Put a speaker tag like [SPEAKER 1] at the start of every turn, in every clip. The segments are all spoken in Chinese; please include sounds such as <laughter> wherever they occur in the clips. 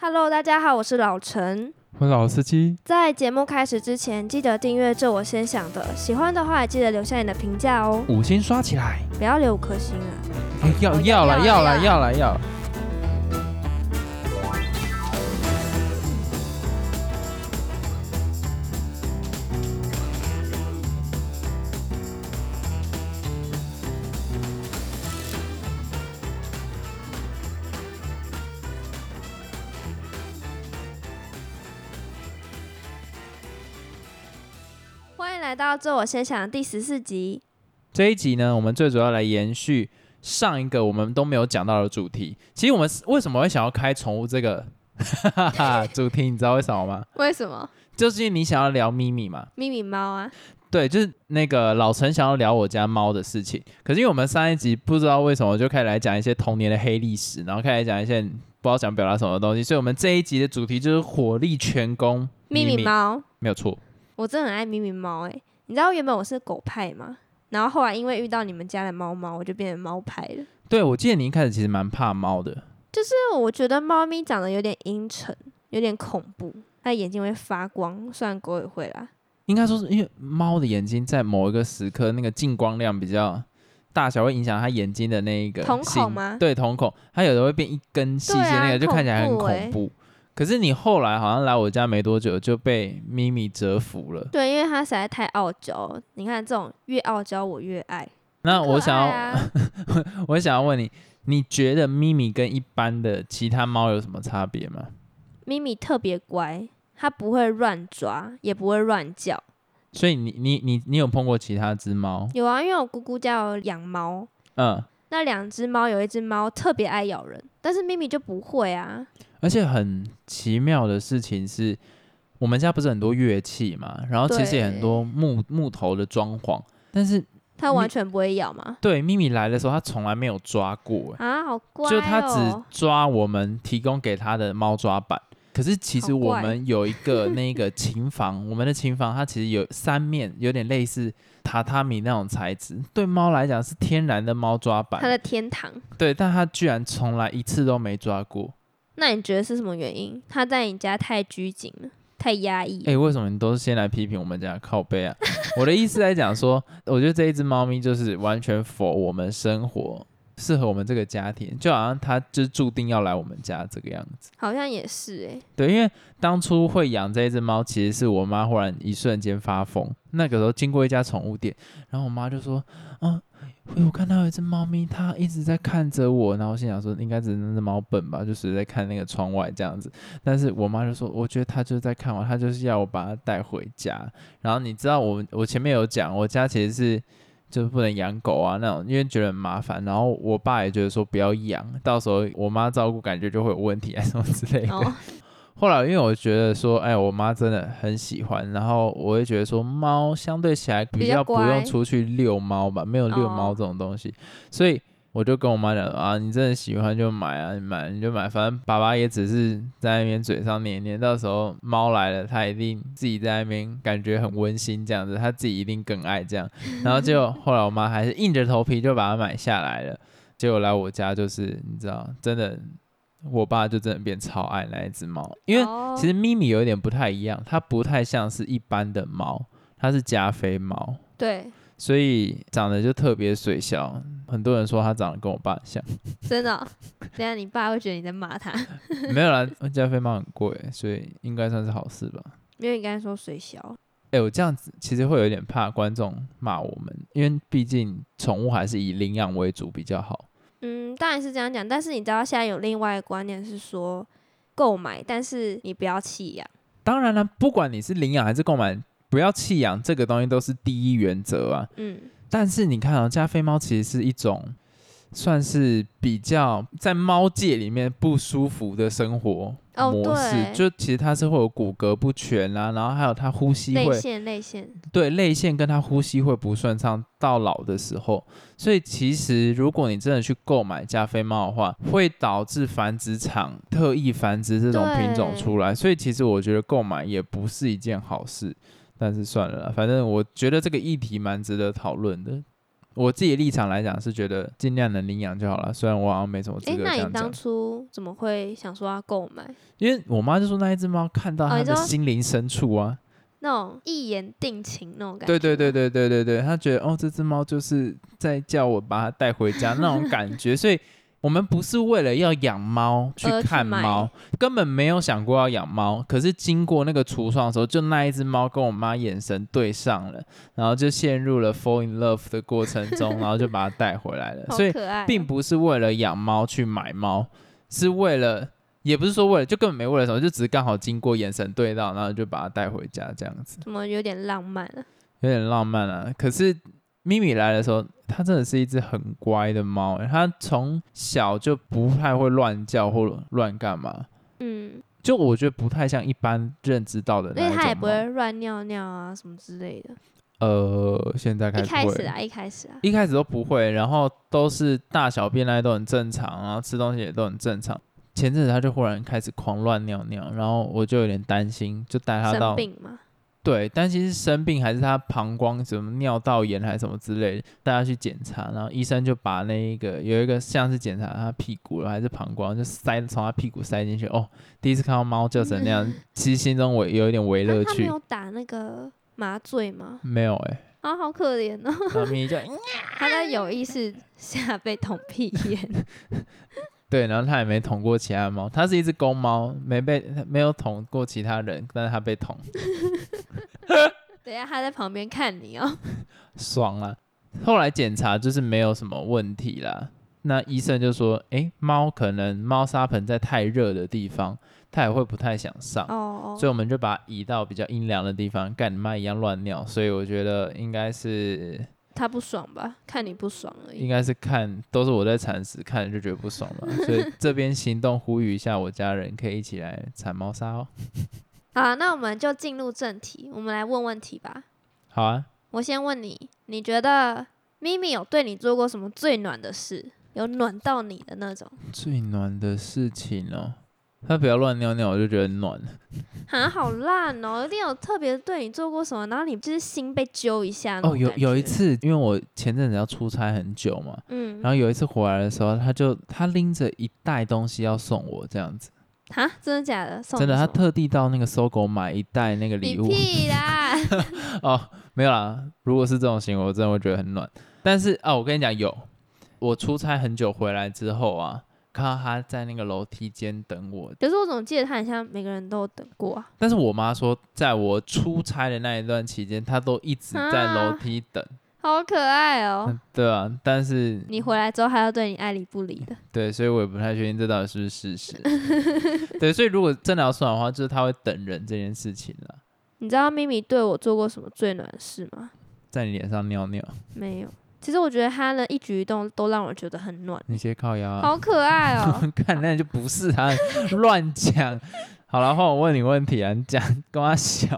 [SPEAKER 1] Hello，大家好，我是老陈。
[SPEAKER 2] 我老司机，
[SPEAKER 1] 在节目开始之前，记得订阅《这我先想的》，喜欢的话也记得留下你的评价哦，
[SPEAKER 2] 五星刷起来！
[SPEAKER 1] 不要留五颗星啊！
[SPEAKER 2] 哎要要了
[SPEAKER 1] 要
[SPEAKER 2] 要
[SPEAKER 1] 啦
[SPEAKER 2] 了要了要了！
[SPEAKER 1] 欢迎来到《这我先想的》第十四集。
[SPEAKER 2] 这一集呢，我们最主要来延续上一个我们都没有讲到的主题。其实我们是为什么会想要开宠物这个 <laughs> 主题，你知道为什么吗？
[SPEAKER 1] 为什么？
[SPEAKER 2] 就是因为你想要聊咪咪嘛。
[SPEAKER 1] 咪咪猫啊，
[SPEAKER 2] 对，就是那个老陈想要聊我家猫的事情，可是因为我们上一集不知道为什么就开始来讲一些童年的黑历史，然后开始讲一些不知道想表达什么的东西，所以我们这一集的主题就是火力全攻
[SPEAKER 1] 咪咪，猫，
[SPEAKER 2] 没有错。
[SPEAKER 1] 我真的很爱咪咪猫哎、你知道原本我是狗派吗？然后后来因为遇到你们家的猫猫，我就变成猫派了。
[SPEAKER 2] 对，我记得你一开始其实蛮怕猫的，
[SPEAKER 1] 就是我觉得猫咪长得有点阴沉，有点恐怖，它的眼睛会发光，虽然狗也会啦。
[SPEAKER 2] 应该说是因为猫的眼睛在某一个时刻那个进光量比较大小，会影响它眼睛的那一个
[SPEAKER 1] 瞳孔
[SPEAKER 2] 形
[SPEAKER 1] 吗
[SPEAKER 2] 对，瞳孔，它有的会变一根细
[SPEAKER 1] 对
[SPEAKER 2] 线，
[SPEAKER 1] 啊
[SPEAKER 2] 那个、就看起来
[SPEAKER 1] 恐
[SPEAKER 2] 很
[SPEAKER 1] 怖
[SPEAKER 2] 恐
[SPEAKER 1] 欸
[SPEAKER 2] 怖。可是你后来好像来我家没多久就被咪咪折服了。
[SPEAKER 1] 对，因为它实在太傲娇。你看这种越傲娇我越爱。
[SPEAKER 2] 那
[SPEAKER 1] 很
[SPEAKER 2] 我
[SPEAKER 1] 可
[SPEAKER 2] 想要，
[SPEAKER 1] 爱啊
[SPEAKER 2] 我想要问你，你觉得咪咪跟一般的其他猫有什么差别吗？
[SPEAKER 1] 咪咪特别乖，它不会乱抓，也不会乱叫。
[SPEAKER 2] 所以你你你你有碰过其他只猫？
[SPEAKER 1] 有啊，因为我姑姑家有养猫，
[SPEAKER 2] 嗯，
[SPEAKER 1] 那两只猫有一只猫特别爱咬人，但是咪咪就不会啊。
[SPEAKER 2] 而且很奇妙的事情是，我们家不是很多乐器嘛，然后其实也很多木木头的装潢，但是
[SPEAKER 1] 它完全不会咬嘛？
[SPEAKER 2] 对咪咪来的时候，它从来没有抓过、欸
[SPEAKER 1] 啊，好乖、哦！
[SPEAKER 2] 就它只抓我们提供给它的猫抓板。可是其实
[SPEAKER 1] 好
[SPEAKER 2] 我
[SPEAKER 1] 怪
[SPEAKER 2] 们有一个那个
[SPEAKER 1] <laughs>
[SPEAKER 2] 琴房，我们的琴房它其实有三面，有点类似榻榻米那种材质，对猫来讲是天然的猫抓
[SPEAKER 1] 它
[SPEAKER 2] 板，
[SPEAKER 1] 的天堂。
[SPEAKER 2] 对，但它居然从来一次都没抓过。
[SPEAKER 1] 那你觉得是什么原因？它在你家太拘谨了，太压抑了。
[SPEAKER 2] 哎、为什么你都是先来批评我们家的靠背啊？ <laughs> 我的意思在讲说，我觉得这一只猫咪就是完全否我们生活，适合我们这个家庭，就好像它就注定要来我们家这个样子。
[SPEAKER 1] 好像也是哎、
[SPEAKER 2] 对，因为当初会养这一只猫，其实是我妈忽然一瞬间发疯。那个时候经过一家宠物店，然后我妈就说：“啊，我看到有一只猫咪，它一直在看着我。”然后我心想说：“应该只是那只猫笨吧，就是在看那个窗外这样子。”但是我妈就说：“我觉得它就是在看我，它就是要我把它带回家。”然后你知道我我前面有讲，我家其实是。就是不能养狗啊，那种因为觉得很麻烦，然后我爸也觉得说不要养，到时候我妈照顾感觉就会有问题啊什么之类的。
[SPEAKER 1] 哦，
[SPEAKER 2] 后来因为我觉得说，哎，我妈真的很喜欢，然后我会觉得说，猫相对起来
[SPEAKER 1] 比
[SPEAKER 2] 比
[SPEAKER 1] 较
[SPEAKER 2] 较不
[SPEAKER 1] 乖
[SPEAKER 2] 用出去遛猫吧，没有遛猫
[SPEAKER 1] 哦
[SPEAKER 2] 这种东西，所以我就跟我妈讲啊，你真的喜欢就买啊，你买你就买，反正爸爸也只是在那边嘴上念念，到时候猫来了，它一定自己在那边感觉很温馨这样子，它自己一定更爱这样，然后结果后来我妈还是硬着头皮就把它买下来了，结果来我家就是你知道，真的。我爸就真的变超爱那一只猫，因为
[SPEAKER 1] 为
[SPEAKER 2] 其实咪咪有一点不太一样，它不太像是一般的猫，它是加菲猫，
[SPEAKER 1] 对，
[SPEAKER 2] 所以长得就特别水小。很多人说它长得跟我爸很像，
[SPEAKER 1] 真的哦、这样你爸会觉得你在骂他，
[SPEAKER 2] 没有啦，加菲猫很贵，所以应该算是好事吧。
[SPEAKER 1] 因为你刚才说水小，
[SPEAKER 2] 哎、我这样子其实会有点怕观众骂我们，因为毕竟宠物还是以领养为主比较好。
[SPEAKER 1] 嗯，当然是这样讲，但是你知道现在有另外一个观念是说购买，但是你不要弃养，
[SPEAKER 2] 当然了，不管你是领养还是购买，不要弃养，这个东西都是第一原则啊。
[SPEAKER 1] 嗯，
[SPEAKER 2] 但是你看啊、加菲猫其实是一种算是比较在猫界里面不舒服的生活
[SPEAKER 1] 哦
[SPEAKER 2] 模式，
[SPEAKER 1] 对
[SPEAKER 2] 就其实它是会有骨骼不全啊，然后还有它呼吸
[SPEAKER 1] 内
[SPEAKER 2] 会
[SPEAKER 1] 线内线，
[SPEAKER 2] 对泪腺跟它呼吸会不顺畅，到老的时候，所以其实如果你真的去购买加菲猫的话，会导致繁殖场特意繁殖这种品种
[SPEAKER 1] 对
[SPEAKER 2] 出来，所以其实我觉得购买也不是一件好事。但是算了啦，反正我觉得这个议题蛮值得讨论的。我自己的立场来讲，是觉得尽量能领养就好了。虽然我好像没什么资
[SPEAKER 1] 哎、
[SPEAKER 2] 格
[SPEAKER 1] 那
[SPEAKER 2] 这
[SPEAKER 1] 你
[SPEAKER 2] 样讲
[SPEAKER 1] 当，初怎么会想说要购买
[SPEAKER 2] 因为我妈就说那一只猫看到
[SPEAKER 1] 哦
[SPEAKER 2] 它
[SPEAKER 1] 你
[SPEAKER 2] 的
[SPEAKER 1] 说
[SPEAKER 2] 心灵深处啊，
[SPEAKER 1] 那种一言定情那种感觉？
[SPEAKER 2] 对对对。对对对对，她觉得哦，这只猫就是在叫我把它带回家那种感觉，所以。我们不是为了要养猫去
[SPEAKER 1] 呃而去
[SPEAKER 2] 看
[SPEAKER 1] 买
[SPEAKER 2] 猫，根本没有想过要养猫。可是经过那个橱窗的时候，就那一只猫跟我妈眼神对上了，然后就陷入了 fall in love 的过程中，然后就把它带回来了。
[SPEAKER 1] <laughs> 好
[SPEAKER 2] 所以
[SPEAKER 1] 可爱哦、
[SPEAKER 2] 并不是为了养猫去买猫，是为了，也不是说为了，就根本没为了什么，就只是刚好经过眼神对到，然后就把它带回家这样子，
[SPEAKER 1] 怎么有点浪漫啊？
[SPEAKER 2] 有点浪漫啊。可是咪咪来的时候，它真的是一只很乖的猫，它从小就不太会乱叫或乱干嘛，
[SPEAKER 1] 嗯，
[SPEAKER 2] 就我觉得不太像一般认知到的
[SPEAKER 1] 而
[SPEAKER 2] 那一
[SPEAKER 1] 且
[SPEAKER 2] 种
[SPEAKER 1] 它也不
[SPEAKER 2] 猫
[SPEAKER 1] 会乱尿尿啊什么之类的。
[SPEAKER 2] 呃，现在开
[SPEAKER 1] 一
[SPEAKER 2] 始
[SPEAKER 1] 开
[SPEAKER 2] 会
[SPEAKER 1] 始啊，一开始啊，
[SPEAKER 2] 一开始都不会，然后都是大小便那些都很正常，然后吃东西也都很正常。前阵子他就忽然开始狂乱尿尿，然后我就有点担心，就带他
[SPEAKER 1] 生
[SPEAKER 2] 到
[SPEAKER 1] 病嘛，
[SPEAKER 2] 对，担心是生病还是他膀胱什么尿道炎还是什么之类的，带他去检查，然后医生就把那一个有一个像是检查他屁股了还是膀胱，就塞从他屁股塞进去。哦，第一次看到猫叫成
[SPEAKER 1] <laughs>
[SPEAKER 2] 那样，其实心中我有一点微乐
[SPEAKER 1] 他他没
[SPEAKER 2] 趣。
[SPEAKER 1] 有打那个麻醉吗？
[SPEAKER 2] 没有
[SPEAKER 1] <laughs>
[SPEAKER 2] 哎、
[SPEAKER 1] 啊，好可怜哦， <laughs>
[SPEAKER 2] 欸，咪咪就
[SPEAKER 1] 他在有意识下被捅屁眼，
[SPEAKER 2] 对，然后它也没捅过其他的猫，它是一只公猫，没被没有捅过其他人，但是它被捅，
[SPEAKER 1] 等一下他在旁边看你
[SPEAKER 2] <laughs>
[SPEAKER 1] 哦。
[SPEAKER 2] 爽啦。后来检查就是没有什么问题啦。那医生就说，诶，猫可能猫砂盆在太热的地方，它也会不太想上，
[SPEAKER 1] 哦
[SPEAKER 2] 所以我们就把它移到比较阴凉的地方，干你妈一样乱尿。所以我觉得应该是
[SPEAKER 1] 他不爽吧？看你不爽而
[SPEAKER 2] 应
[SPEAKER 1] 已。
[SPEAKER 2] 该是看都是我在铲屎，看了就觉得不爽嘛。所以这边行动呼吁一下我家人，可以一起来铲猫砂哦。
[SPEAKER 1] 好啊，那我们就进入正题，我们来问问题吧。
[SPEAKER 2] 好啊。
[SPEAKER 1] 我先问你，你觉得咪咪有对你做过什么最暖的事？有暖到你的那种？
[SPEAKER 2] 最暖的事情哦，他不要乱尿尿，我就觉得很暖。
[SPEAKER 1] 啊，好烂哦！一定有特别对你做过什么，然后你就是心被揪一下。
[SPEAKER 2] 哦，有有一，次，因为我前阵子要出差很久嘛，
[SPEAKER 1] 嗯，
[SPEAKER 2] 然后有一次回来的时候，他就他拎着一袋东西要送我，这样子，
[SPEAKER 1] 哈，真的假的？送
[SPEAKER 2] 真的，
[SPEAKER 1] 你
[SPEAKER 2] 他
[SPEAKER 1] 什么
[SPEAKER 2] 特地到那个搜狗买一袋那个
[SPEAKER 1] 你
[SPEAKER 2] 礼物。
[SPEAKER 1] 屁啦！
[SPEAKER 2] 哦，没有啦，如果是这种行为，我真的会觉得很暖。但是哦，我跟你讲，有我出差很久回来之后啊，看到他在那个楼梯间等我，
[SPEAKER 1] 可是我总记得他好像每个人都有等过啊。
[SPEAKER 2] 但是我妈说，在我出差的那一段期间，她都一直在楼
[SPEAKER 1] 啊
[SPEAKER 2] 梯等。
[SPEAKER 1] 好可爱哦！
[SPEAKER 2] 嗯对啊，但是
[SPEAKER 1] 你回来之后，他要对你爱理不理的。
[SPEAKER 2] 对，所以我也不太确定这到底是不是事实。 <laughs> 对，所以如果真的要算的话，就是他会等人这件事情了，
[SPEAKER 1] 你知道咪咪对我做过什么最暖的事吗？
[SPEAKER 2] 在你脸上尿尿，
[SPEAKER 1] 没有。其实我觉得他的一举一动都让我觉得很暖，
[SPEAKER 2] 你先靠腰、啊。
[SPEAKER 1] 好可爱
[SPEAKER 2] <laughs>
[SPEAKER 1] 哦！
[SPEAKER 2] 看，那就不是他乱讲。好了，换我问你问题啊，你讲跟他小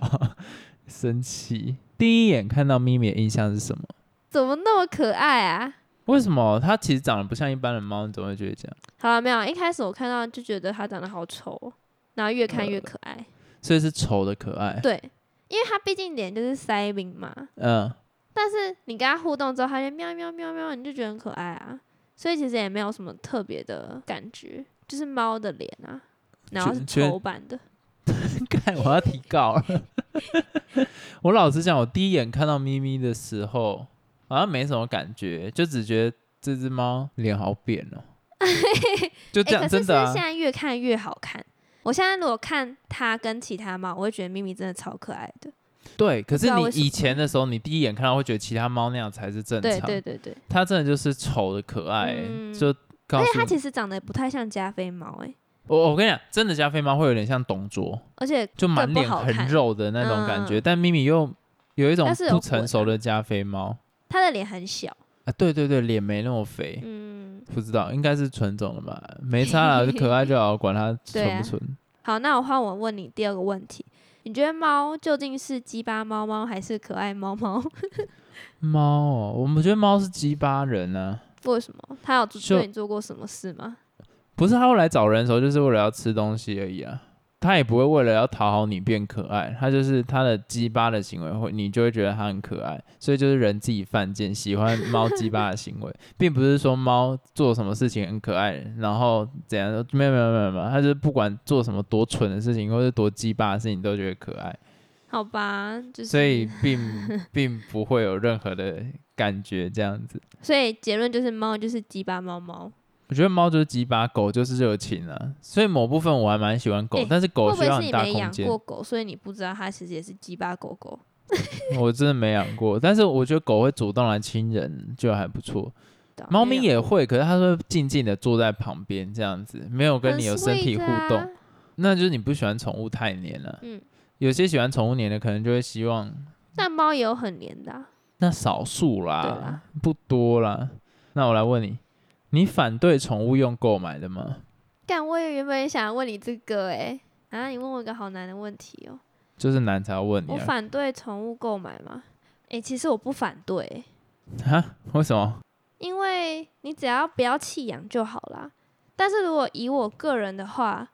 [SPEAKER 2] 生气。第一眼看到咪咪的印象是什么？
[SPEAKER 1] 怎么那么可爱啊？
[SPEAKER 2] 为什么它其实长得不像一般的猫，你怎么会觉得这样？
[SPEAKER 1] 好了，没有，一开始我看到就觉得他长得好丑哦，然后越看越可爱。
[SPEAKER 2] 所以是丑的可爱。
[SPEAKER 1] 对，因为他毕竟脸就是腮饼嘛，
[SPEAKER 2] 嗯，
[SPEAKER 1] 但是你跟他互动之后，他就喵喵喵喵，你就觉得很可爱啊。所以其实也没有什么特别的感觉，就是猫的脸啊，然后是
[SPEAKER 2] 觉得
[SPEAKER 1] 丑版的。
[SPEAKER 2] <laughs> 看，我要提告 <laughs> 了。我老实讲，我第一眼看到咪咪的时候，好像没什么感觉，就只觉得这只猫脸好扁
[SPEAKER 1] <laughs>
[SPEAKER 2] 哦、就
[SPEAKER 1] 哎、
[SPEAKER 2] 这样，
[SPEAKER 1] 可是
[SPEAKER 2] 真
[SPEAKER 1] 是
[SPEAKER 2] 的、
[SPEAKER 1] 不
[SPEAKER 2] 啊
[SPEAKER 1] 是现。在越看越好看？我现在如果看它跟其他猫，我会觉得咪咪真的超可爱的。
[SPEAKER 2] 对，可
[SPEAKER 1] 不知
[SPEAKER 2] 是
[SPEAKER 1] 道
[SPEAKER 2] 你
[SPEAKER 1] 为什么
[SPEAKER 2] 以前的时候，你第一眼看到会觉得其他猫那样才是正
[SPEAKER 1] 对
[SPEAKER 2] 常，
[SPEAKER 1] 对对对，
[SPEAKER 2] 它真的就是丑的可爱、欸
[SPEAKER 1] 嗯
[SPEAKER 2] 就告
[SPEAKER 1] 而
[SPEAKER 2] 诉
[SPEAKER 1] 且它
[SPEAKER 2] 你
[SPEAKER 1] 其实长得也不太像加菲猫哎、
[SPEAKER 2] 我我跟你讲，真的加菲猫会有点像董卓，
[SPEAKER 1] 而且
[SPEAKER 2] 就满
[SPEAKER 1] 更不
[SPEAKER 2] 脸
[SPEAKER 1] 好看
[SPEAKER 2] 很肉的那种感觉，
[SPEAKER 1] 嗯
[SPEAKER 2] 但咪咪又有一种
[SPEAKER 1] 但是有
[SPEAKER 2] 不
[SPEAKER 1] 火
[SPEAKER 2] 成熟的加菲猫
[SPEAKER 1] 它的脸很小，
[SPEAKER 2] 啊，对对对，脸没那么肥，
[SPEAKER 1] 嗯。
[SPEAKER 2] 不知道，应该是纯种的吧，没
[SPEAKER 1] <laughs>
[SPEAKER 2] 差啦，就可爱就好，管它
[SPEAKER 1] 对
[SPEAKER 2] 纯
[SPEAKER 1] 啊
[SPEAKER 2] 不纯。
[SPEAKER 1] 好，那我换我问你第二个问题，你觉得猫究竟是鸡巴猫猫还是可爱猫猫？ <laughs>
[SPEAKER 2] 猫、哦，我们觉得猫是鸡巴人啊，
[SPEAKER 1] 为什么？它有做
[SPEAKER 2] 就
[SPEAKER 1] 对你做过什么事吗？
[SPEAKER 2] 不是它会来找人的时候，就是为了要吃东西而已啊。它也不会为了要讨好你变可爱，它就是它的鸡巴的行为会，你就会觉得它很可爱，所以就是人自己犯贱，喜欢猫鸡巴的行为，
[SPEAKER 1] <laughs>
[SPEAKER 2] 并不是说猫做什么事情很可爱，然后怎样，没有没有没有没有，它就是不管做什么多蠢的事情或者多鸡巴的事情，都觉得可爱，
[SPEAKER 1] 好吧，就是
[SPEAKER 2] 所以并并不会有任何的感觉这样子。
[SPEAKER 1] 所以结论就是猫就是鸡巴猫猫，
[SPEAKER 2] 我觉得猫就是鸡巴，狗就是热情啊，所以某部分我还蛮喜欢狗，
[SPEAKER 1] 欸
[SPEAKER 2] 但是
[SPEAKER 1] 会
[SPEAKER 2] 狗
[SPEAKER 1] 不
[SPEAKER 2] 需
[SPEAKER 1] 会
[SPEAKER 2] 要
[SPEAKER 1] 是
[SPEAKER 2] 很
[SPEAKER 1] 你
[SPEAKER 2] 大
[SPEAKER 1] 没
[SPEAKER 2] 空
[SPEAKER 1] 养
[SPEAKER 2] 间。
[SPEAKER 1] 过狗，所以你不知道它其实也是鸡巴狗狗？
[SPEAKER 2] 我真的没养过，但是我觉得狗会主动来亲人，就还不错。
[SPEAKER 1] 对啊
[SPEAKER 2] 猫
[SPEAKER 1] 没
[SPEAKER 2] 咪
[SPEAKER 1] 有
[SPEAKER 2] 也会，可是它会静静的坐在旁边这样子，没有跟
[SPEAKER 1] 很
[SPEAKER 2] 你有身体
[SPEAKER 1] sweet
[SPEAKER 2] 互
[SPEAKER 1] 啊
[SPEAKER 2] 动，那就是你不喜欢宠物太黏了。
[SPEAKER 1] 嗯
[SPEAKER 2] 有些喜欢宠物黏的，可能就会希望
[SPEAKER 1] 但猫也有很黏的啊、
[SPEAKER 2] 那少数啦，
[SPEAKER 1] 对啦
[SPEAKER 2] 不多啦。那我来问你，你反对宠物用购买的吗？
[SPEAKER 1] 干，我也原本也想问你这个哎、啊，你问我一个好难的问题哦、
[SPEAKER 2] 就是难才要问你
[SPEAKER 1] 我
[SPEAKER 2] 啊，
[SPEAKER 1] 反对宠物购买吗？哎、其实我不反对欸、
[SPEAKER 2] 哈，为什么？
[SPEAKER 1] 因为你只要不要弃养就好啦。但是如果以我个人的话，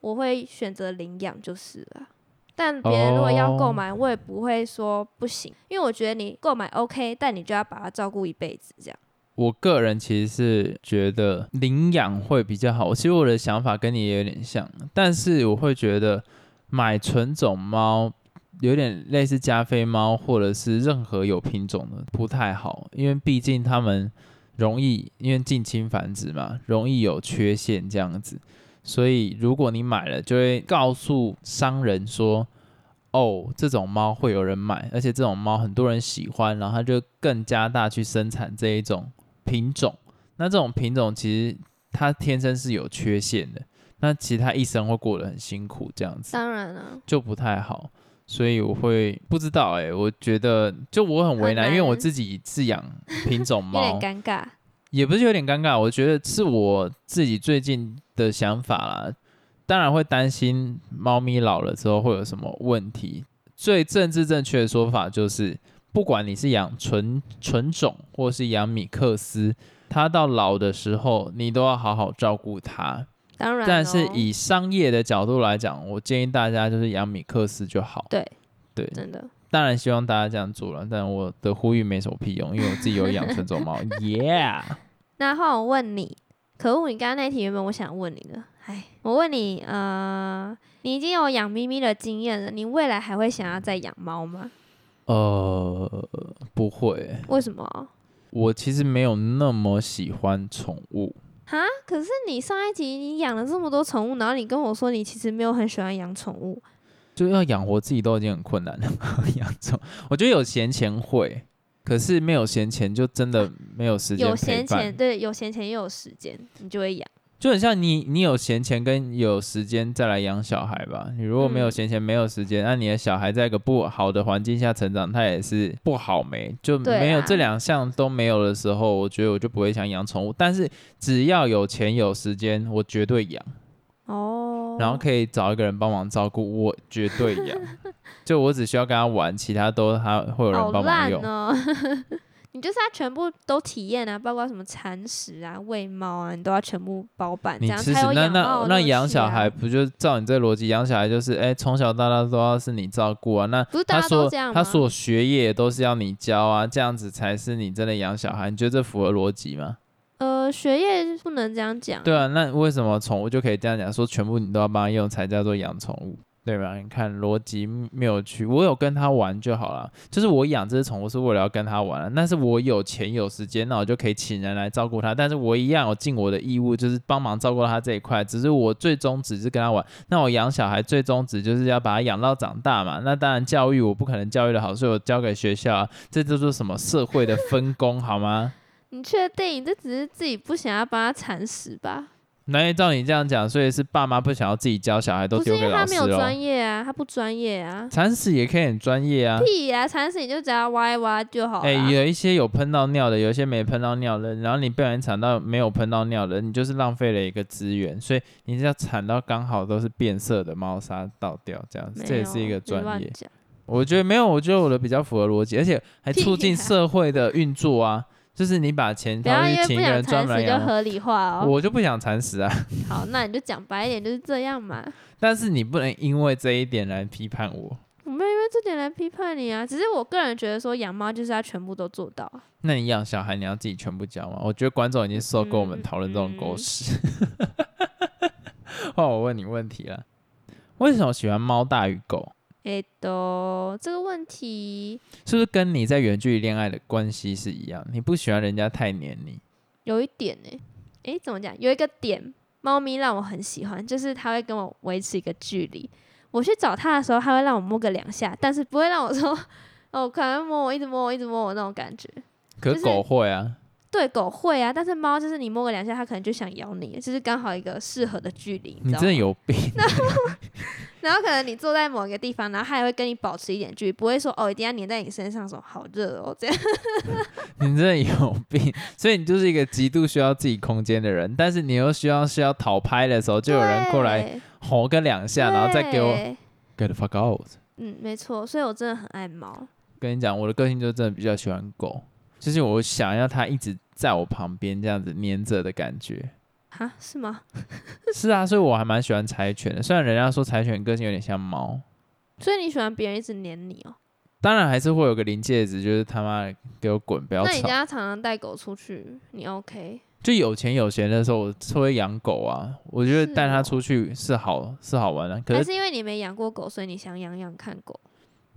[SPEAKER 1] 我会选择领养就是了。但别人如果要
[SPEAKER 2] 哦
[SPEAKER 1] 购买，我也不会说不行，因为我觉得你购买 OK，但你就要把它照顾一辈子这样。
[SPEAKER 2] 我个人其实是觉得领养会比较好。其实我的想法跟你也有点像，但是我会觉得买纯种猫有点类似加菲猫或者是任何有品种的不太好，因为毕竟它们容易因为近亲繁殖嘛，容易有缺陷这样子。所以如果你买了，就会告诉商人说。哦，这种猫会有人买，而且这种猫很多人喜欢，然后它就更加大去生产这一种品种。那这种品种其实它天生是有缺陷的，那其实它一生会过得很辛苦，这样子
[SPEAKER 1] 当然啊了，
[SPEAKER 2] 就不太好。所以我会不知道哎、我觉得就我很为难，因为我
[SPEAKER 1] 很难
[SPEAKER 2] 自己饲养品种
[SPEAKER 1] <laughs> 有点
[SPEAKER 2] 猫，
[SPEAKER 1] 尴尬。
[SPEAKER 2] 也不是有点尴尬，我觉得是我自己最近的想法啦。当然会担心猫咪老了之后会有什么问题。最政治正确的说法就是，不管你是养纯纯种或是养米克斯，它到老的时候，你都要好好照顾它。
[SPEAKER 1] 当然咯，哦
[SPEAKER 2] 但是以商业的角度来讲，我建议大家就是养米克斯就好。
[SPEAKER 1] 对
[SPEAKER 2] 对，
[SPEAKER 1] 真的
[SPEAKER 2] 当然希望大家这样做了，但我的呼吁没什么屁用，因为我自己有养纯种猫。yeah。
[SPEAKER 1] <laughs> 那换我问你，可恶，你刚刚那题原本我想问你的，哎，我问你，呃，你已经有养咪咪的经验了，你未来还会想要再养猫吗？
[SPEAKER 2] 呃，不会，
[SPEAKER 1] 为什么？
[SPEAKER 2] 我其实没有那么喜欢宠物。
[SPEAKER 1] 哈，可是你上一集你养了这么多宠物，然后你跟我说你其实没有很喜欢养宠物，
[SPEAKER 2] 就要养活自己都已经很困难了， <laughs> 养宠，我觉得有闲钱会，可是没有闲钱就真的没有时间
[SPEAKER 1] 有
[SPEAKER 2] 陪
[SPEAKER 1] 闲
[SPEAKER 2] 伴。
[SPEAKER 1] 钱，对，有闲钱又有时间，你就会养。
[SPEAKER 2] 就很像你，你有闲钱跟有时间再来养小孩吧。你如果没有
[SPEAKER 1] 嗯
[SPEAKER 2] 闲钱，没有时间，那你的小孩在一个不好的环境下成长，他也是不好没，就
[SPEAKER 1] 对
[SPEAKER 2] 没有
[SPEAKER 1] 啊
[SPEAKER 2] 这两项都没有的时候，我觉得我就不会想养宠物。但是只要有钱有时间，我绝对养。
[SPEAKER 1] 哦，
[SPEAKER 2] 然后可以找一个人帮忙照顾，我绝对
[SPEAKER 1] <laughs>
[SPEAKER 2] 养。就我只需要跟他玩，其他都他会有人
[SPEAKER 1] 好
[SPEAKER 2] 帮忙
[SPEAKER 1] 烂
[SPEAKER 2] 用。
[SPEAKER 1] 哦。 <laughs> 你就是要全部都体验啊，包括什么铲屎啊、喂猫啊，你都要全部包办，这
[SPEAKER 2] 你
[SPEAKER 1] 样
[SPEAKER 2] 吃
[SPEAKER 1] 才
[SPEAKER 2] 屎
[SPEAKER 1] 有
[SPEAKER 2] 那
[SPEAKER 1] 养猫
[SPEAKER 2] 那
[SPEAKER 1] 的
[SPEAKER 2] 那
[SPEAKER 1] 乐
[SPEAKER 2] 养
[SPEAKER 1] 趣
[SPEAKER 2] 小
[SPEAKER 1] 啊
[SPEAKER 2] 孩不就照你这逻辑，养小孩就是哎，从小到大都要是你照顾啊。那
[SPEAKER 1] 不是大
[SPEAKER 2] 他
[SPEAKER 1] 家都
[SPEAKER 2] 说
[SPEAKER 1] 这样吗？
[SPEAKER 2] 他所有学业都是要你教啊，这样子才是你真的养小孩。你觉得这符合逻辑吗？
[SPEAKER 1] 呃，学业不能这样讲。
[SPEAKER 2] 对啊，那为什么宠物就可以这样讲，说全部你都要帮他用才叫做养宠物，对吧？你看逻辑没有去，我有跟他玩就好了，就是我养这只宠物是为了要跟他玩、啊，但是我有钱有时间，那我就可以请人来照顾它，但是我一样有尽我的义务，就是帮忙照顾它这一块，只是我最终只是跟他玩。那我养小孩最终只就是要把他养到长大嘛，那当然教育我不可能教育的好，所以我交给学校、啊，这就是什么社会的分工好吗？
[SPEAKER 1] 你确定你这只是自己不想要帮它铲屎吧？
[SPEAKER 2] 那照你这样讲，所以是爸妈不想要自己教小孩，都
[SPEAKER 1] 不是
[SPEAKER 2] 丢
[SPEAKER 1] 因
[SPEAKER 2] 给
[SPEAKER 1] 为
[SPEAKER 2] 老
[SPEAKER 1] 它
[SPEAKER 2] 师哦
[SPEAKER 1] 没有
[SPEAKER 2] 咯
[SPEAKER 1] 专业啊，它不专业啊。
[SPEAKER 2] 铲屎也可以很专业啊。
[SPEAKER 1] 屁啊！铲屎你就只要挖一挖就好了。
[SPEAKER 2] 哎、有一些有喷到尿的，有一些没喷到尿的，然后你不小心铲到没有喷到尿的，你就是浪费了一个资源，所以你是要铲到刚好都是变色的猫砂倒掉这样子，
[SPEAKER 1] 没
[SPEAKER 2] 这也是
[SPEAKER 1] 有
[SPEAKER 2] 一个
[SPEAKER 1] 你乱
[SPEAKER 2] 专业。
[SPEAKER 1] 讲
[SPEAKER 2] 我觉得没有，我觉得我的比较符合逻辑，而且还促
[SPEAKER 1] 屁
[SPEAKER 2] 进
[SPEAKER 1] 呀
[SPEAKER 2] 社会的运作啊。就是你把钱
[SPEAKER 1] 不
[SPEAKER 2] 掏
[SPEAKER 1] 要因
[SPEAKER 2] 去
[SPEAKER 1] 为
[SPEAKER 2] 请
[SPEAKER 1] 不
[SPEAKER 2] 一个
[SPEAKER 1] 想
[SPEAKER 2] 人
[SPEAKER 1] 惨
[SPEAKER 2] 专门来
[SPEAKER 1] 死就
[SPEAKER 2] 养猫，
[SPEAKER 1] 合理化哦。
[SPEAKER 2] 我就不想惨死啊！
[SPEAKER 1] 好，那你就讲白一点，就是这样嘛。
[SPEAKER 2] 但是你不能因为这一点来批判我。
[SPEAKER 1] 我没有因为这点来批判你啊，只是我个人觉得说养猫就是要全部都做到啊。
[SPEAKER 2] 那你养小孩，你要自己全部教吗？我觉得观众已经受够我
[SPEAKER 1] 嗯
[SPEAKER 2] 们讨论这种狗屎。换、我问你问题了，为什么喜欢猫大于狗？
[SPEAKER 1] 哎，都这个问题
[SPEAKER 2] 是不是跟你在远距离恋爱的关系是一样？你不喜欢人家太黏你，
[SPEAKER 1] 有一点呢、诶，怎么讲？有一个点，猫咪让我很喜欢，就是它会跟我维持一个距离。我去找它的时候，它会让我摸个两下，但是不会让我说 <laughs> 哦，可能摸我，一直摸我，一直摸我那种感觉。
[SPEAKER 2] 可
[SPEAKER 1] 就是是
[SPEAKER 2] 狗会啊。
[SPEAKER 1] 对，狗会啊，但是猫就是你摸个两下，它可能就想咬你，就是刚好一个适合的距离，
[SPEAKER 2] 你
[SPEAKER 1] 知
[SPEAKER 2] 真的
[SPEAKER 1] 道吗？
[SPEAKER 2] 有病！ <laughs>
[SPEAKER 1] 然后可能你坐在某一个地方，然后它也会跟你保持一点距离，不会说哦，一定要黏在你身上，说好热哦这样。
[SPEAKER 2] 你真的有病！所以你就是一个极度需要自己空间的人，但是你又需要需要讨拍的时候， <laughs> 就有人过来
[SPEAKER 1] 对
[SPEAKER 2] 吼个两下，然后再给我
[SPEAKER 1] 对
[SPEAKER 2] get the fuck out。
[SPEAKER 1] 嗯，没错，所以我真的很爱猫。
[SPEAKER 2] 跟你讲，我的个性就真的比较喜欢狗，就是我想要它一直在我旁边这样子黏着的感觉。
[SPEAKER 1] 哈，是吗？
[SPEAKER 2] 是啊，所以我还蛮喜欢柴犬的。虽然人家说柴犬个性有点像猫，
[SPEAKER 1] 所以你喜欢别人一直黏你哦？
[SPEAKER 2] 当然还是会有个临界值，就是他妈的给我滚，不要
[SPEAKER 1] 那你
[SPEAKER 2] 吵。
[SPEAKER 1] 家常常带狗出去，你 OK？
[SPEAKER 2] 就有钱有闲的时候，我是会养狗啊。我觉得
[SPEAKER 1] 是
[SPEAKER 2] 带它
[SPEAKER 1] 哦
[SPEAKER 2] 出去是好是好玩的、啊可
[SPEAKER 1] 还
[SPEAKER 2] 是
[SPEAKER 1] 是因为你没养过狗，所以你想养养看狗？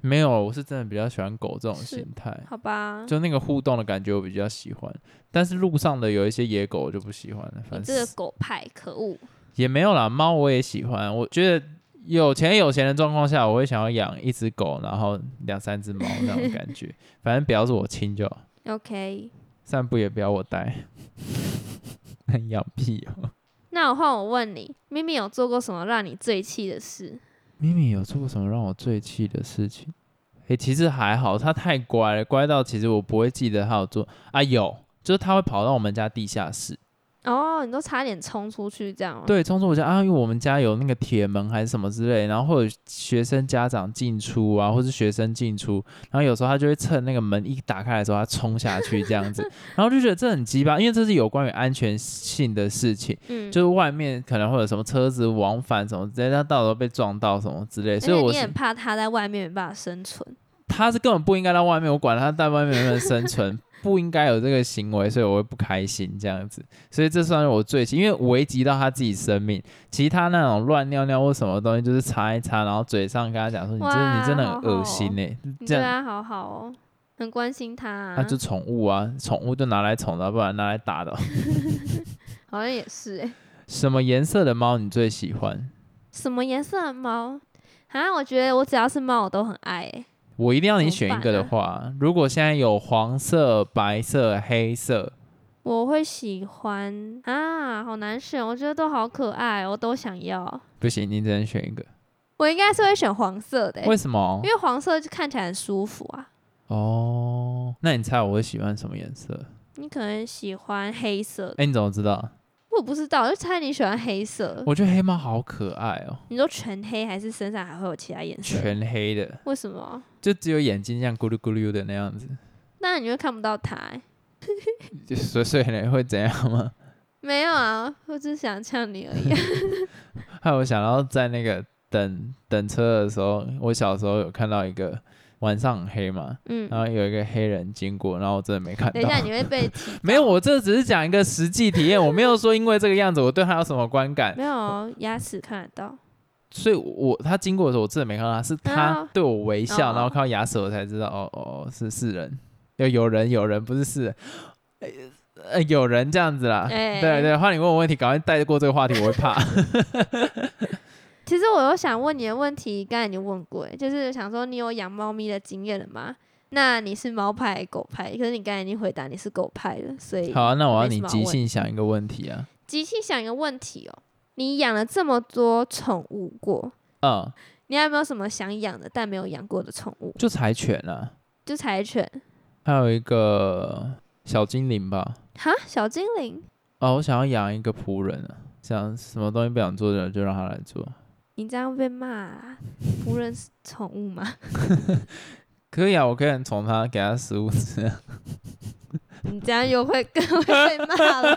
[SPEAKER 2] 没有，我是真的比较喜欢狗这种
[SPEAKER 1] 是啊
[SPEAKER 2] 心态，
[SPEAKER 1] 好吧，
[SPEAKER 2] 就那个互动的感觉我比较喜欢。但是路上的有一些野狗我就不喜欢了，
[SPEAKER 1] 你
[SPEAKER 2] 反
[SPEAKER 1] 这
[SPEAKER 2] 正
[SPEAKER 1] 个狗派，可恶！
[SPEAKER 2] 也没有啦。猫我也喜欢，我觉得有钱有闲的状况下，我会想要养一只狗，然后两三只猫那种感 <laughs> 觉。反正不要是我亲就好，
[SPEAKER 1] OK，
[SPEAKER 2] 散步也不要我带。 <laughs> 那你养屁哦！
[SPEAKER 1] 那我换我问你，咪咪有做过什么让你最气的事？
[SPEAKER 2] 咪咪有做过什么让我最气的事情？诶、其实还好，它太乖了，乖到其实我不会记得它有做啊。有，就是它会跑到我们家地下室，
[SPEAKER 1] 哦，你都差点冲出去这样、哦？，
[SPEAKER 2] 对，冲出我家啊，因为我们家有那个铁门还是什么之类，然后会有学生家长进出啊，或是学生进出，然后有时候他就会趁那个门一打开的时候，他冲下去
[SPEAKER 1] <laughs>
[SPEAKER 2] 这样子，然后就觉得这很鸡巴，因为这是有关于安全性的事情，
[SPEAKER 1] 嗯，
[SPEAKER 2] 就是外面可能会有什么车子往返什么之类，他到时候被撞到什么之类，
[SPEAKER 1] 而
[SPEAKER 2] 所以
[SPEAKER 1] 且
[SPEAKER 2] 我
[SPEAKER 1] 哎你
[SPEAKER 2] 是
[SPEAKER 1] 很怕它在外面没办法生存。
[SPEAKER 2] 他是根本不应该到外面，我管他在外面能不能生存，不应该有这个行为，所以我会不开心这样子。所以这算是我最气，因为危及到他自己生命。其他那种乱尿尿或什么东西，就是擦一擦，然后嘴上跟他讲说：“你真的你真的很恶心呢、
[SPEAKER 1] 你
[SPEAKER 2] 嗯这
[SPEAKER 1] 对它
[SPEAKER 2] 样
[SPEAKER 1] 好好哦，很关心它、啊
[SPEAKER 2] 那、就宠物啊，宠物就拿来宠的，不然拿来打的。
[SPEAKER 1] 好像也是哎、
[SPEAKER 2] 什么颜色的猫你最喜欢？
[SPEAKER 1] 什么颜色的猫？啊，我觉得我只要是猫，我都很爱、欸。
[SPEAKER 2] 我一定要
[SPEAKER 1] 怎
[SPEAKER 2] 你
[SPEAKER 1] 么
[SPEAKER 2] 选一
[SPEAKER 1] 办
[SPEAKER 2] 个的
[SPEAKER 1] 啊
[SPEAKER 2] 话，如果现在有黄色、白色、黑色，
[SPEAKER 1] 我会喜欢啊，好难选，我觉得都好可爱，我都想要。
[SPEAKER 2] 不行，你只能选一个。
[SPEAKER 1] 我应该是会选黄色的欸、
[SPEAKER 2] 为什么
[SPEAKER 1] 因？为黄色就看起来很舒服啊。
[SPEAKER 2] 哦，那你猜我会喜欢什么颜色？
[SPEAKER 1] 你可能喜欢黑色的，
[SPEAKER 2] 哎、你怎么知道？
[SPEAKER 1] 我不知道，我就猜你喜欢黑色。
[SPEAKER 2] 我觉得黑猫好可爱哦，
[SPEAKER 1] 你说全黑还是身上还会有其他颜色？
[SPEAKER 2] 全黑的，
[SPEAKER 1] 为什么？
[SPEAKER 2] 就只有眼睛像咕噜咕噜的那样子， <laughs>
[SPEAKER 1] 那你会看不到它、欸？
[SPEAKER 2] 就所所以呢会怎样吗？ <laughs>
[SPEAKER 1] 没有啊，我只是想呛你而已啊。
[SPEAKER 2] 害我想到在那个等等车的时候，我小时候有看到一个晚上很黑嘛，
[SPEAKER 1] 嗯，
[SPEAKER 2] 然后有一个黑人经过，然后我真的没看到
[SPEAKER 1] 等一。下你会被 <laughs> 踢到
[SPEAKER 2] <laughs> 没有，我这只是讲一个实际体验，我没有说因为这个样子我对他有什么观感，
[SPEAKER 1] 没有哦牙齿看得到。
[SPEAKER 2] 所以我他经过的时候我真的没看到他，是他
[SPEAKER 1] 啊
[SPEAKER 2] 对我微笑，
[SPEAKER 1] 哦
[SPEAKER 2] 然后看到牙齿我才知道，哦哦，哦是是人，有有人有人不是是人，呃呃有人这样子啦。
[SPEAKER 1] 哎
[SPEAKER 2] 对对，换你问我问题，赶快带过这个话题，我会
[SPEAKER 1] <laughs>
[SPEAKER 2] 怕。
[SPEAKER 1] 其实我有想问你的问题，刚才已经问过欸，就是想说你有养猫咪的经验了吗？那你是猫派还是狗派？可是你刚才已经回答你是狗派了，所以
[SPEAKER 2] 好、啊，那我要
[SPEAKER 1] 没什
[SPEAKER 2] 你
[SPEAKER 1] 么好
[SPEAKER 2] 即
[SPEAKER 1] 问
[SPEAKER 2] 兴想一个问题啊。
[SPEAKER 1] 即兴想一个问题哦，你养了这么多宠物过，
[SPEAKER 2] 嗯，
[SPEAKER 1] 你还有没有什么想养的但没有养过的宠物？
[SPEAKER 2] 就柴犬啊，
[SPEAKER 1] 就柴犬
[SPEAKER 2] 还有一个小精灵吧。
[SPEAKER 1] 哈，小精灵，
[SPEAKER 2] 哦，我想要养一个仆人啊，想什么东西不想做的就让他来做。
[SPEAKER 1] 你这样会被骂、啊。仆人是宠物吗？ <laughs>
[SPEAKER 2] 可以啊，我可以很宠他，给他食物吃啊。
[SPEAKER 1] 你这样又会更会被骂啊
[SPEAKER 2] <laughs>
[SPEAKER 1] 了。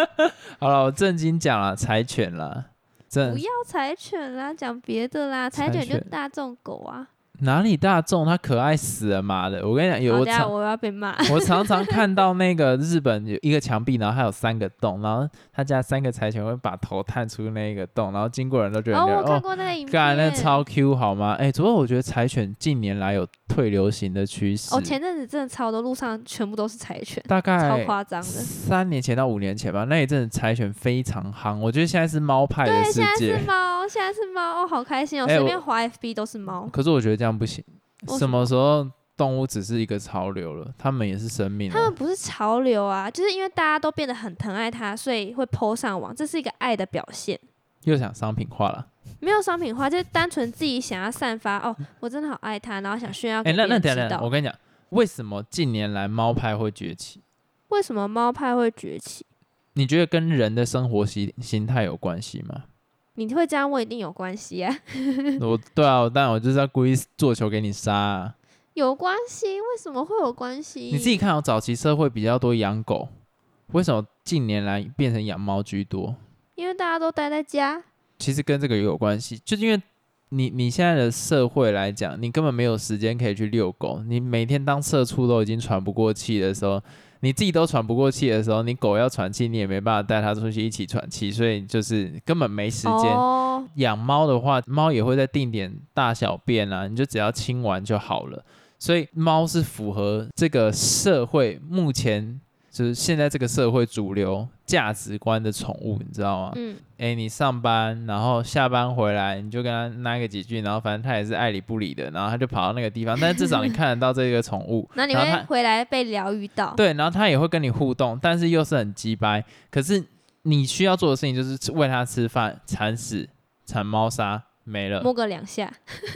[SPEAKER 2] <laughs> 好了，我正经讲了，柴犬啦，
[SPEAKER 1] 不
[SPEAKER 2] 正
[SPEAKER 1] 要柴犬啦，讲别的啦，柴
[SPEAKER 2] 柴
[SPEAKER 1] 犬就是
[SPEAKER 2] 犬
[SPEAKER 1] 大众狗啊。
[SPEAKER 2] 哪里大众，它可爱死了，妈的！我跟你讲，有
[SPEAKER 1] 好，
[SPEAKER 2] 我
[SPEAKER 1] 等下
[SPEAKER 2] 常
[SPEAKER 1] 我要被骂。
[SPEAKER 2] 我常常看到那个日本有一个墙壁，然后它有三个洞，然后他家三个柴犬会把头探出那个洞，然后经过人都觉得
[SPEAKER 1] 哦，我
[SPEAKER 2] 哦
[SPEAKER 1] 看过那个影片，
[SPEAKER 2] 干，那超 Q 好吗？哎、主要我觉得柴犬近年来有退流行的趋势，
[SPEAKER 1] 哦，前阵子真的超多，路上全部都是柴犬，
[SPEAKER 2] 大
[SPEAKER 1] 超
[SPEAKER 2] 概
[SPEAKER 1] 夸张的。
[SPEAKER 2] 三年前到五年前吧，那一阵子柴犬非常夯，我觉得现在是猫派的
[SPEAKER 1] 对，
[SPEAKER 2] 世
[SPEAKER 1] 哎现在
[SPEAKER 2] 界
[SPEAKER 1] 是。猫，现在是猫，哦，好开心哦！
[SPEAKER 2] 哎
[SPEAKER 1] 随
[SPEAKER 2] 我
[SPEAKER 1] 便滑 FB 都是猫，
[SPEAKER 2] 可是我觉得这样不行，
[SPEAKER 1] 为
[SPEAKER 2] 什
[SPEAKER 1] 什
[SPEAKER 2] 么时候动物只是一个潮流了，它们也是生命
[SPEAKER 1] 他
[SPEAKER 2] 啊。
[SPEAKER 1] 们不是潮流啊，就是因为大家都变得很疼爱它，所以会 PO 上网，这是一个爱的表现，
[SPEAKER 2] 又想商品化了。
[SPEAKER 1] 没有商品化，就是单纯自己想要散发哦，我真的好爱它，然后想炫耀
[SPEAKER 2] 嗯哎、
[SPEAKER 1] 给别
[SPEAKER 2] 那那
[SPEAKER 1] 人
[SPEAKER 2] 等一下
[SPEAKER 1] 知
[SPEAKER 2] 等一下，
[SPEAKER 1] 道。
[SPEAKER 2] 我跟你讲，为什么近年来猫派会崛起？
[SPEAKER 1] 为什么猫派会崛起？
[SPEAKER 2] 你觉得跟人的生活形形态有关系吗？
[SPEAKER 1] 你会这样问，一定有关系啊， <laughs>
[SPEAKER 2] 我对啊，但我就是要故意做球给你杀、啊。
[SPEAKER 1] 有关系，为什么会有关系？
[SPEAKER 2] 你自己看哦，早期社会比较多养狗，为什么近年来变成养猫居多？
[SPEAKER 1] 因为大家都待在家，
[SPEAKER 2] 其实跟这个也有关系，就是因为你你现在的社会来讲，你根本没有时间可以去遛狗，你每天当社畜都已经喘不过气的时候，你自己都喘不过气的时候，你狗要喘气，你也没办法带它出去一起喘气，所以就是根本没时间。
[SPEAKER 1] 哦，
[SPEAKER 2] 养猫的话，猫也会在定点大小便啊，你就只要清完就好了。所以猫是符合这个社会目前就是现在这个社会主流价值观的宠物，你知道吗？
[SPEAKER 1] 嗯，
[SPEAKER 2] 哎、你上班，然后下班回来，你就跟它拉个几句，然后反正它也是爱理不理的，然后它就跑到那个地方，但是至少你看得到这个宠物，
[SPEAKER 1] 那你
[SPEAKER 2] 然后
[SPEAKER 1] 会
[SPEAKER 2] 它
[SPEAKER 1] 回来被疗愈到，
[SPEAKER 2] 对，然后它也会跟你互动，但是又是很鸡掰。可是你需要做的事情就是吃喂它吃饭、铲屎、铲猫砂，没了。
[SPEAKER 1] 摸个两下，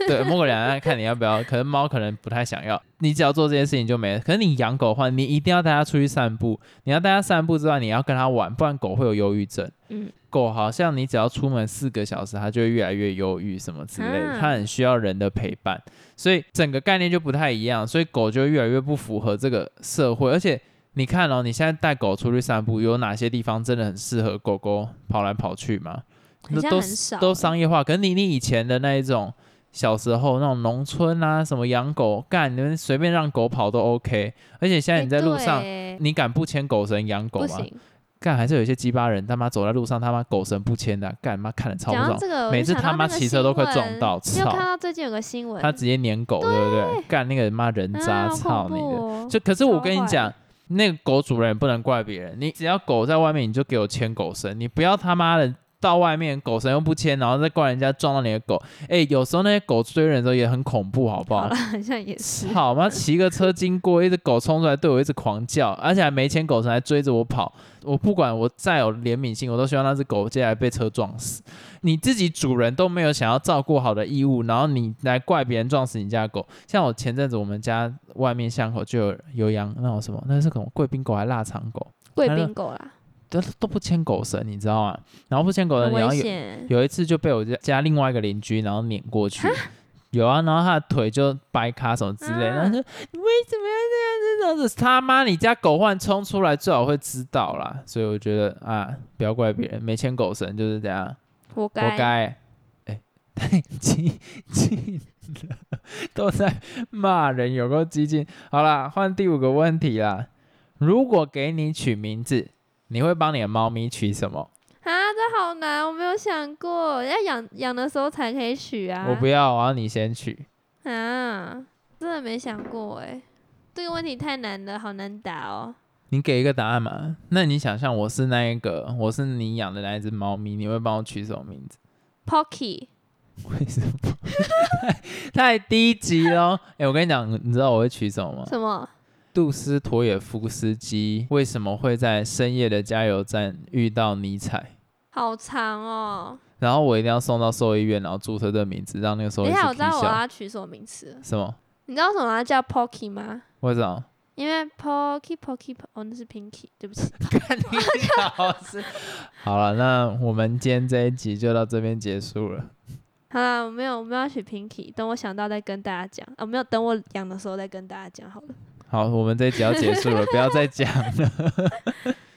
[SPEAKER 2] 对，摸个两下看你要不要。可是猫可能不太想要，你只要做这些事情就没了。可是你养狗的话，你一定要带它出去散步，你要带它散步之外，你要跟它玩，不然狗会有忧郁症。
[SPEAKER 1] 嗯，
[SPEAKER 2] 狗好像你只要出门四个小时，它就会越来越忧郁什么之类的，
[SPEAKER 1] 啊
[SPEAKER 2] 它很需要人的陪伴，所以整个概念就不太一样，所以狗就越来越不符合这个社会，而且。你看哦，你现在带狗出去散步，有哪些地方真的很适合狗狗跑来跑去吗？
[SPEAKER 1] 好
[SPEAKER 2] 那
[SPEAKER 1] 像
[SPEAKER 2] 都
[SPEAKER 1] 很少
[SPEAKER 2] 都
[SPEAKER 1] 欸
[SPEAKER 2] 商业化。可是你你以前的那一种小时候那种农村啊，什么养狗干，你们随便让狗跑都 OK。而且现在
[SPEAKER 1] 哎
[SPEAKER 2] 你在路上，
[SPEAKER 1] 对
[SPEAKER 2] 你敢不牵狗绳养狗啊
[SPEAKER 1] 不
[SPEAKER 2] 吗？
[SPEAKER 1] 行。
[SPEAKER 2] 干还是有一些鸡巴人他妈走在路上他妈狗绳不牵的、啊干妈看的超不
[SPEAKER 1] 讲到
[SPEAKER 2] 爽，
[SPEAKER 1] 这个，我就
[SPEAKER 2] 每次
[SPEAKER 1] 想到
[SPEAKER 2] 他妈
[SPEAKER 1] 那个
[SPEAKER 2] 骑车都快
[SPEAKER 1] 新
[SPEAKER 2] 撞
[SPEAKER 1] 闻
[SPEAKER 2] 到
[SPEAKER 1] 你有
[SPEAKER 2] 操
[SPEAKER 1] 看到最近有个新闻，
[SPEAKER 2] 他直接撵狗，对不对？干那个妈人渣，
[SPEAKER 1] 啊
[SPEAKER 2] 操
[SPEAKER 1] 好
[SPEAKER 2] 你
[SPEAKER 1] 恐
[SPEAKER 2] 的！
[SPEAKER 1] 怖哦
[SPEAKER 2] 就可是我
[SPEAKER 1] 超
[SPEAKER 2] 跟你
[SPEAKER 1] 坏
[SPEAKER 2] 讲，那个狗主人也不能怪别人，你只要狗在外面，你就给我牵狗绳，你不要他妈的到外面狗绳又不牵，然后再怪人家撞到你的狗。哎、有时候那些狗追人的时候也很恐怖，好不
[SPEAKER 1] 好
[SPEAKER 2] 好
[SPEAKER 1] 了，？好像也是。
[SPEAKER 2] 好妈，骑个车经过，一只狗冲出来对我一直狂叫，而且还没牵狗绳，还追着我跑。我不管我再有怜悯心，我都希望那只狗接下来被车撞死。你自己主人都没有想要照顾好的义务，然后你来怪别人撞死你家的狗。像我前阵子我们家外面巷口就有有养那种什么，那是什么贵宾狗还是腊肠狗，
[SPEAKER 1] 贵
[SPEAKER 2] 他就
[SPEAKER 1] 宾狗啦，
[SPEAKER 2] 都都不牵狗绳，你知道吗？然后不牵狗
[SPEAKER 1] 很
[SPEAKER 2] 绳，然
[SPEAKER 1] 危
[SPEAKER 2] 后呃有
[SPEAKER 1] 险。
[SPEAKER 2] 有一次就被我家家另外一个邻居然后碾过去
[SPEAKER 1] 哈，
[SPEAKER 2] 有啊，然后他的腿就掰卡什么之类的，
[SPEAKER 1] 啊
[SPEAKER 2] 然后说你为什么要这样子这样子？他妈，你家狗换冲出来最好会知道啦。所以我觉得啊，不要怪别人，没牵狗绳就是这样，
[SPEAKER 1] 活
[SPEAKER 2] 活
[SPEAKER 1] 该。
[SPEAKER 2] 该。哎， <laughs> 太激进了，都在骂人，有够激进。好啦，换第五个问题啦。如果给你取名字，你会帮你的猫咪取什么？
[SPEAKER 1] 啊，这好难，我没有想过，要养养的时候才可以取啊。
[SPEAKER 2] 我不要，我要你先取。
[SPEAKER 1] 啊，真的没想过哎、这个问题太难了，好难答哦。
[SPEAKER 2] 你给一个答案嘛？那你想象我是那一个，我是你养的那一只猫咪，你会帮我取什么名字？ <laughs>
[SPEAKER 1] Pocky，
[SPEAKER 2] 为什么？太太低级了！哎、我跟你讲，你知道我会取什么吗？
[SPEAKER 1] 什么？
[SPEAKER 2] 杜斯妥也夫斯基为什么会在深夜的加油站遇到尼采？
[SPEAKER 1] 好长哦。
[SPEAKER 2] 然后我一定要送到兽医院，然后注册这个名字，让那个兽医
[SPEAKER 1] 等一
[SPEAKER 2] 师
[SPEAKER 1] 下，我知道
[SPEAKER 2] 啼
[SPEAKER 1] 我
[SPEAKER 2] 笑
[SPEAKER 1] 要取什么名词了。
[SPEAKER 2] 什么？
[SPEAKER 1] 你知道为什么要叫 Pocky 吗？
[SPEAKER 2] 为什么？
[SPEAKER 1] 因为 Pocky Pocky，Po- 哦，那是 Pinky，对不起。 <laughs>
[SPEAKER 2] 看你老师。 <laughs> 好了，那我们今天这一集就到这边结束了。
[SPEAKER 1] 好啦，我哦没有，我们要取 Pinky，等我想到再跟大家讲啊，没有，等我养的时候再跟大家讲好了。
[SPEAKER 2] 好，我们这一集要结束了，不要再讲了。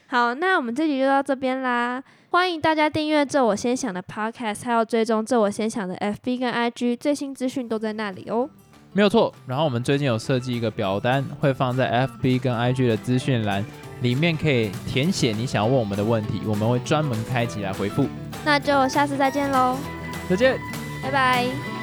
[SPEAKER 1] 好，那我们这集就到这边啦。欢迎大家订阅“这我先想”的 Podcast，还有追踪“这我先想”的 FB 跟 IG，最新资讯都在那里哦。
[SPEAKER 2] 没有错。然后我们最近有设计一个表单，会放在 FB 跟 IG 的资讯栏里面，可以填写你想要问我们的问题，我们会专门开集来回复。
[SPEAKER 1] 那就下次再见喽，
[SPEAKER 2] 再见。
[SPEAKER 1] 拜拜。